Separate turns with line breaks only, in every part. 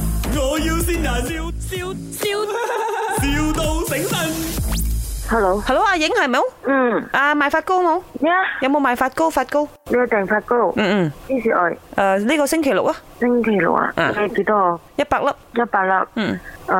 要先人，笑笑笑，, 笑到醒神。
Hello，
Hello 阿影係冇？
嗯，
啊賣發糕冇？
呀，
有冇賣發糕？發糕？
你有訂發糕？
嗯嗯。
幾時嚟？
诶、呢、個星期六啊，
星期六啊？
啊
你幾多？
一百粒。
一百粒。
嗯。
誒，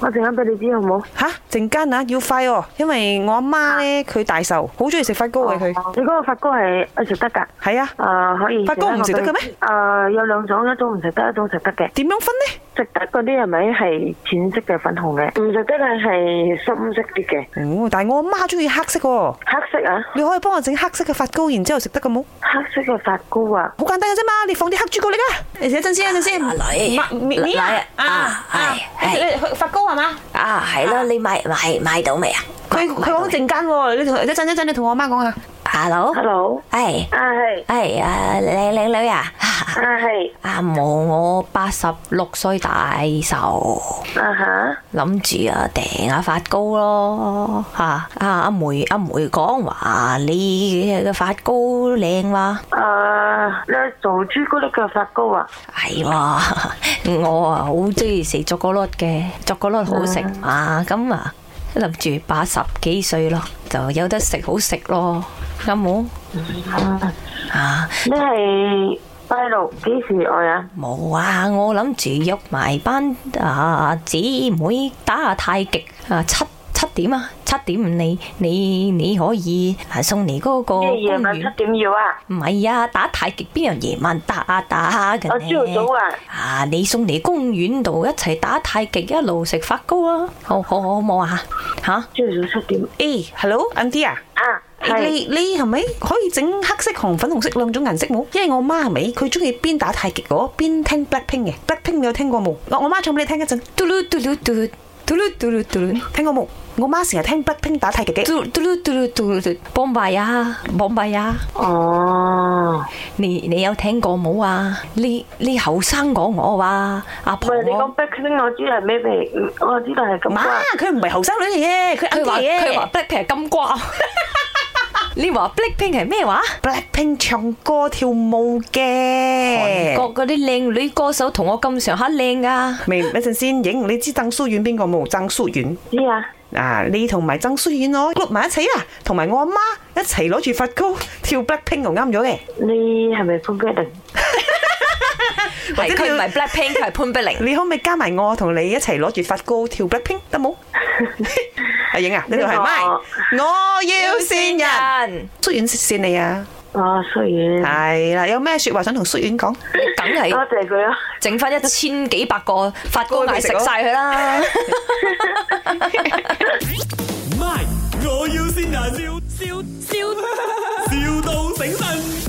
我陣間俾你知好冇？
吓，陣間啊，要快哦，因為我阿媽咧佢大壽，好中意食發糕嘅佢。
哦你嗰個發糕係我食得㗎？
係啊，
誒，可以。
發糕唔食得嘅咩？
誒，呃有兩種，一種唔食得，一種食得嘅。
點樣分呢？
食得嗰啲係咪係淺色嘅粉紅嘅？唔食得嘅係深色啲嘅。
哦，但係我阿媽中意黑色喎，
黑色啊？
你可以幫我整黑色嘅發糕，然之後食得嘅冇？
黑色嘅發糕啊？
好簡單嘅啫嘛，你放啲黑朱古力啊！你等陣先，等陣先。
女
麥麵麵啊
女
啊
啊
啊
係係
你你發糕係嘛？
啊，係咯，你買買買到未啊？
佢佢講陣間喎，你同一陣一陣你同我阿媽講下。
Hello，
Hello，
係
啊係，
係啊，靚靚女 啊，
啊係，
啊冇我八十六歲大壽，
啊嚇，
諗住啊訂下發糕咯，嚇啊阿梅阿梅講話你嘅發糕靚啦，
誒，你做呃朱古力嘅發糕啊？
係喎， 我啊好中意食朱古力嘅，朱古力
嗯
好食嘛，咁啊諗住八十幾歲咯，就有得食好食咯，啱冇
嗯
啊？
你係拜六幾時愛啊？
冇啊！我諗住約埋班啊姊妹打下太極啊，七七點啊，七點你你你可以啊送嚟嗰個公
哦
即係夜晚七
園。
點要啊？
唔係啊，打太極邊有夜晚打啊打嘅
我
呢
朝早啊，
啊，你送嚟公園度一齊打太極，一路食發糕啊！好好好冇啊吓，
朝早七點
誒，hello，Andy 啊。
啊，係
你你係咪可以整黑色同粉紅色兩種顏色冇？因為我媽係咪佢中意邊打太極嗰邊聽 Blackpink 嘅，Blackpink 你有聽過冇？我我媽唱俾你聽一陣，
嘟嚕嘟嚕嘟嚕嘟嚕嘟嚕嘟嚕
聽過冇？我媽成日聽 Blackpink 打太極嘅。
嘟嚕嘟嚕嘟嚕嘟嚕嘟嚕，bomb 啊，bomb 啊！
哦，
你你有聽過冇啊？你你後生講我話阿
唔
婆
係你
哦
我
講 Blackpink，我知係咩味，嗯我知道係咁
媽
啊。，
佢唔係後生女嚟嘅，佢
佢話
Andy
佢話
嘅。
Blackpink 係金瓜， 你話 Blackpink 係咩話？
Blackpink 唱歌跳舞
韓
嘅。
國嗰啲靚女歌手同我咁上下靚噶，
未一陣先影，你知曾淑遠邊個冇？曾淑遠
知啊，
啊，你同埋曾淑遠我 group 埋一齊啊，同埋我阿媽一齊攞住發糕跳 Blackpink 就啱咗嘅。
你係咪潘碧玲？
係佢唔係 Blackpink，佢係潘碧玲。
你可唔可以加埋我同你一齊攞住發糕跳 Blackpink 得 冇？阿影啊，呢度係咪？我要線人，嗯
人
舒婉線你啊，
哦，雖然，
係啦，有咩説話想同舒婉講？
梗
多
係
謝佢啊。
整翻一千幾百個發糕嗌食晒佢啦。
My，我要先人，笑笑笑，,笑到醒神。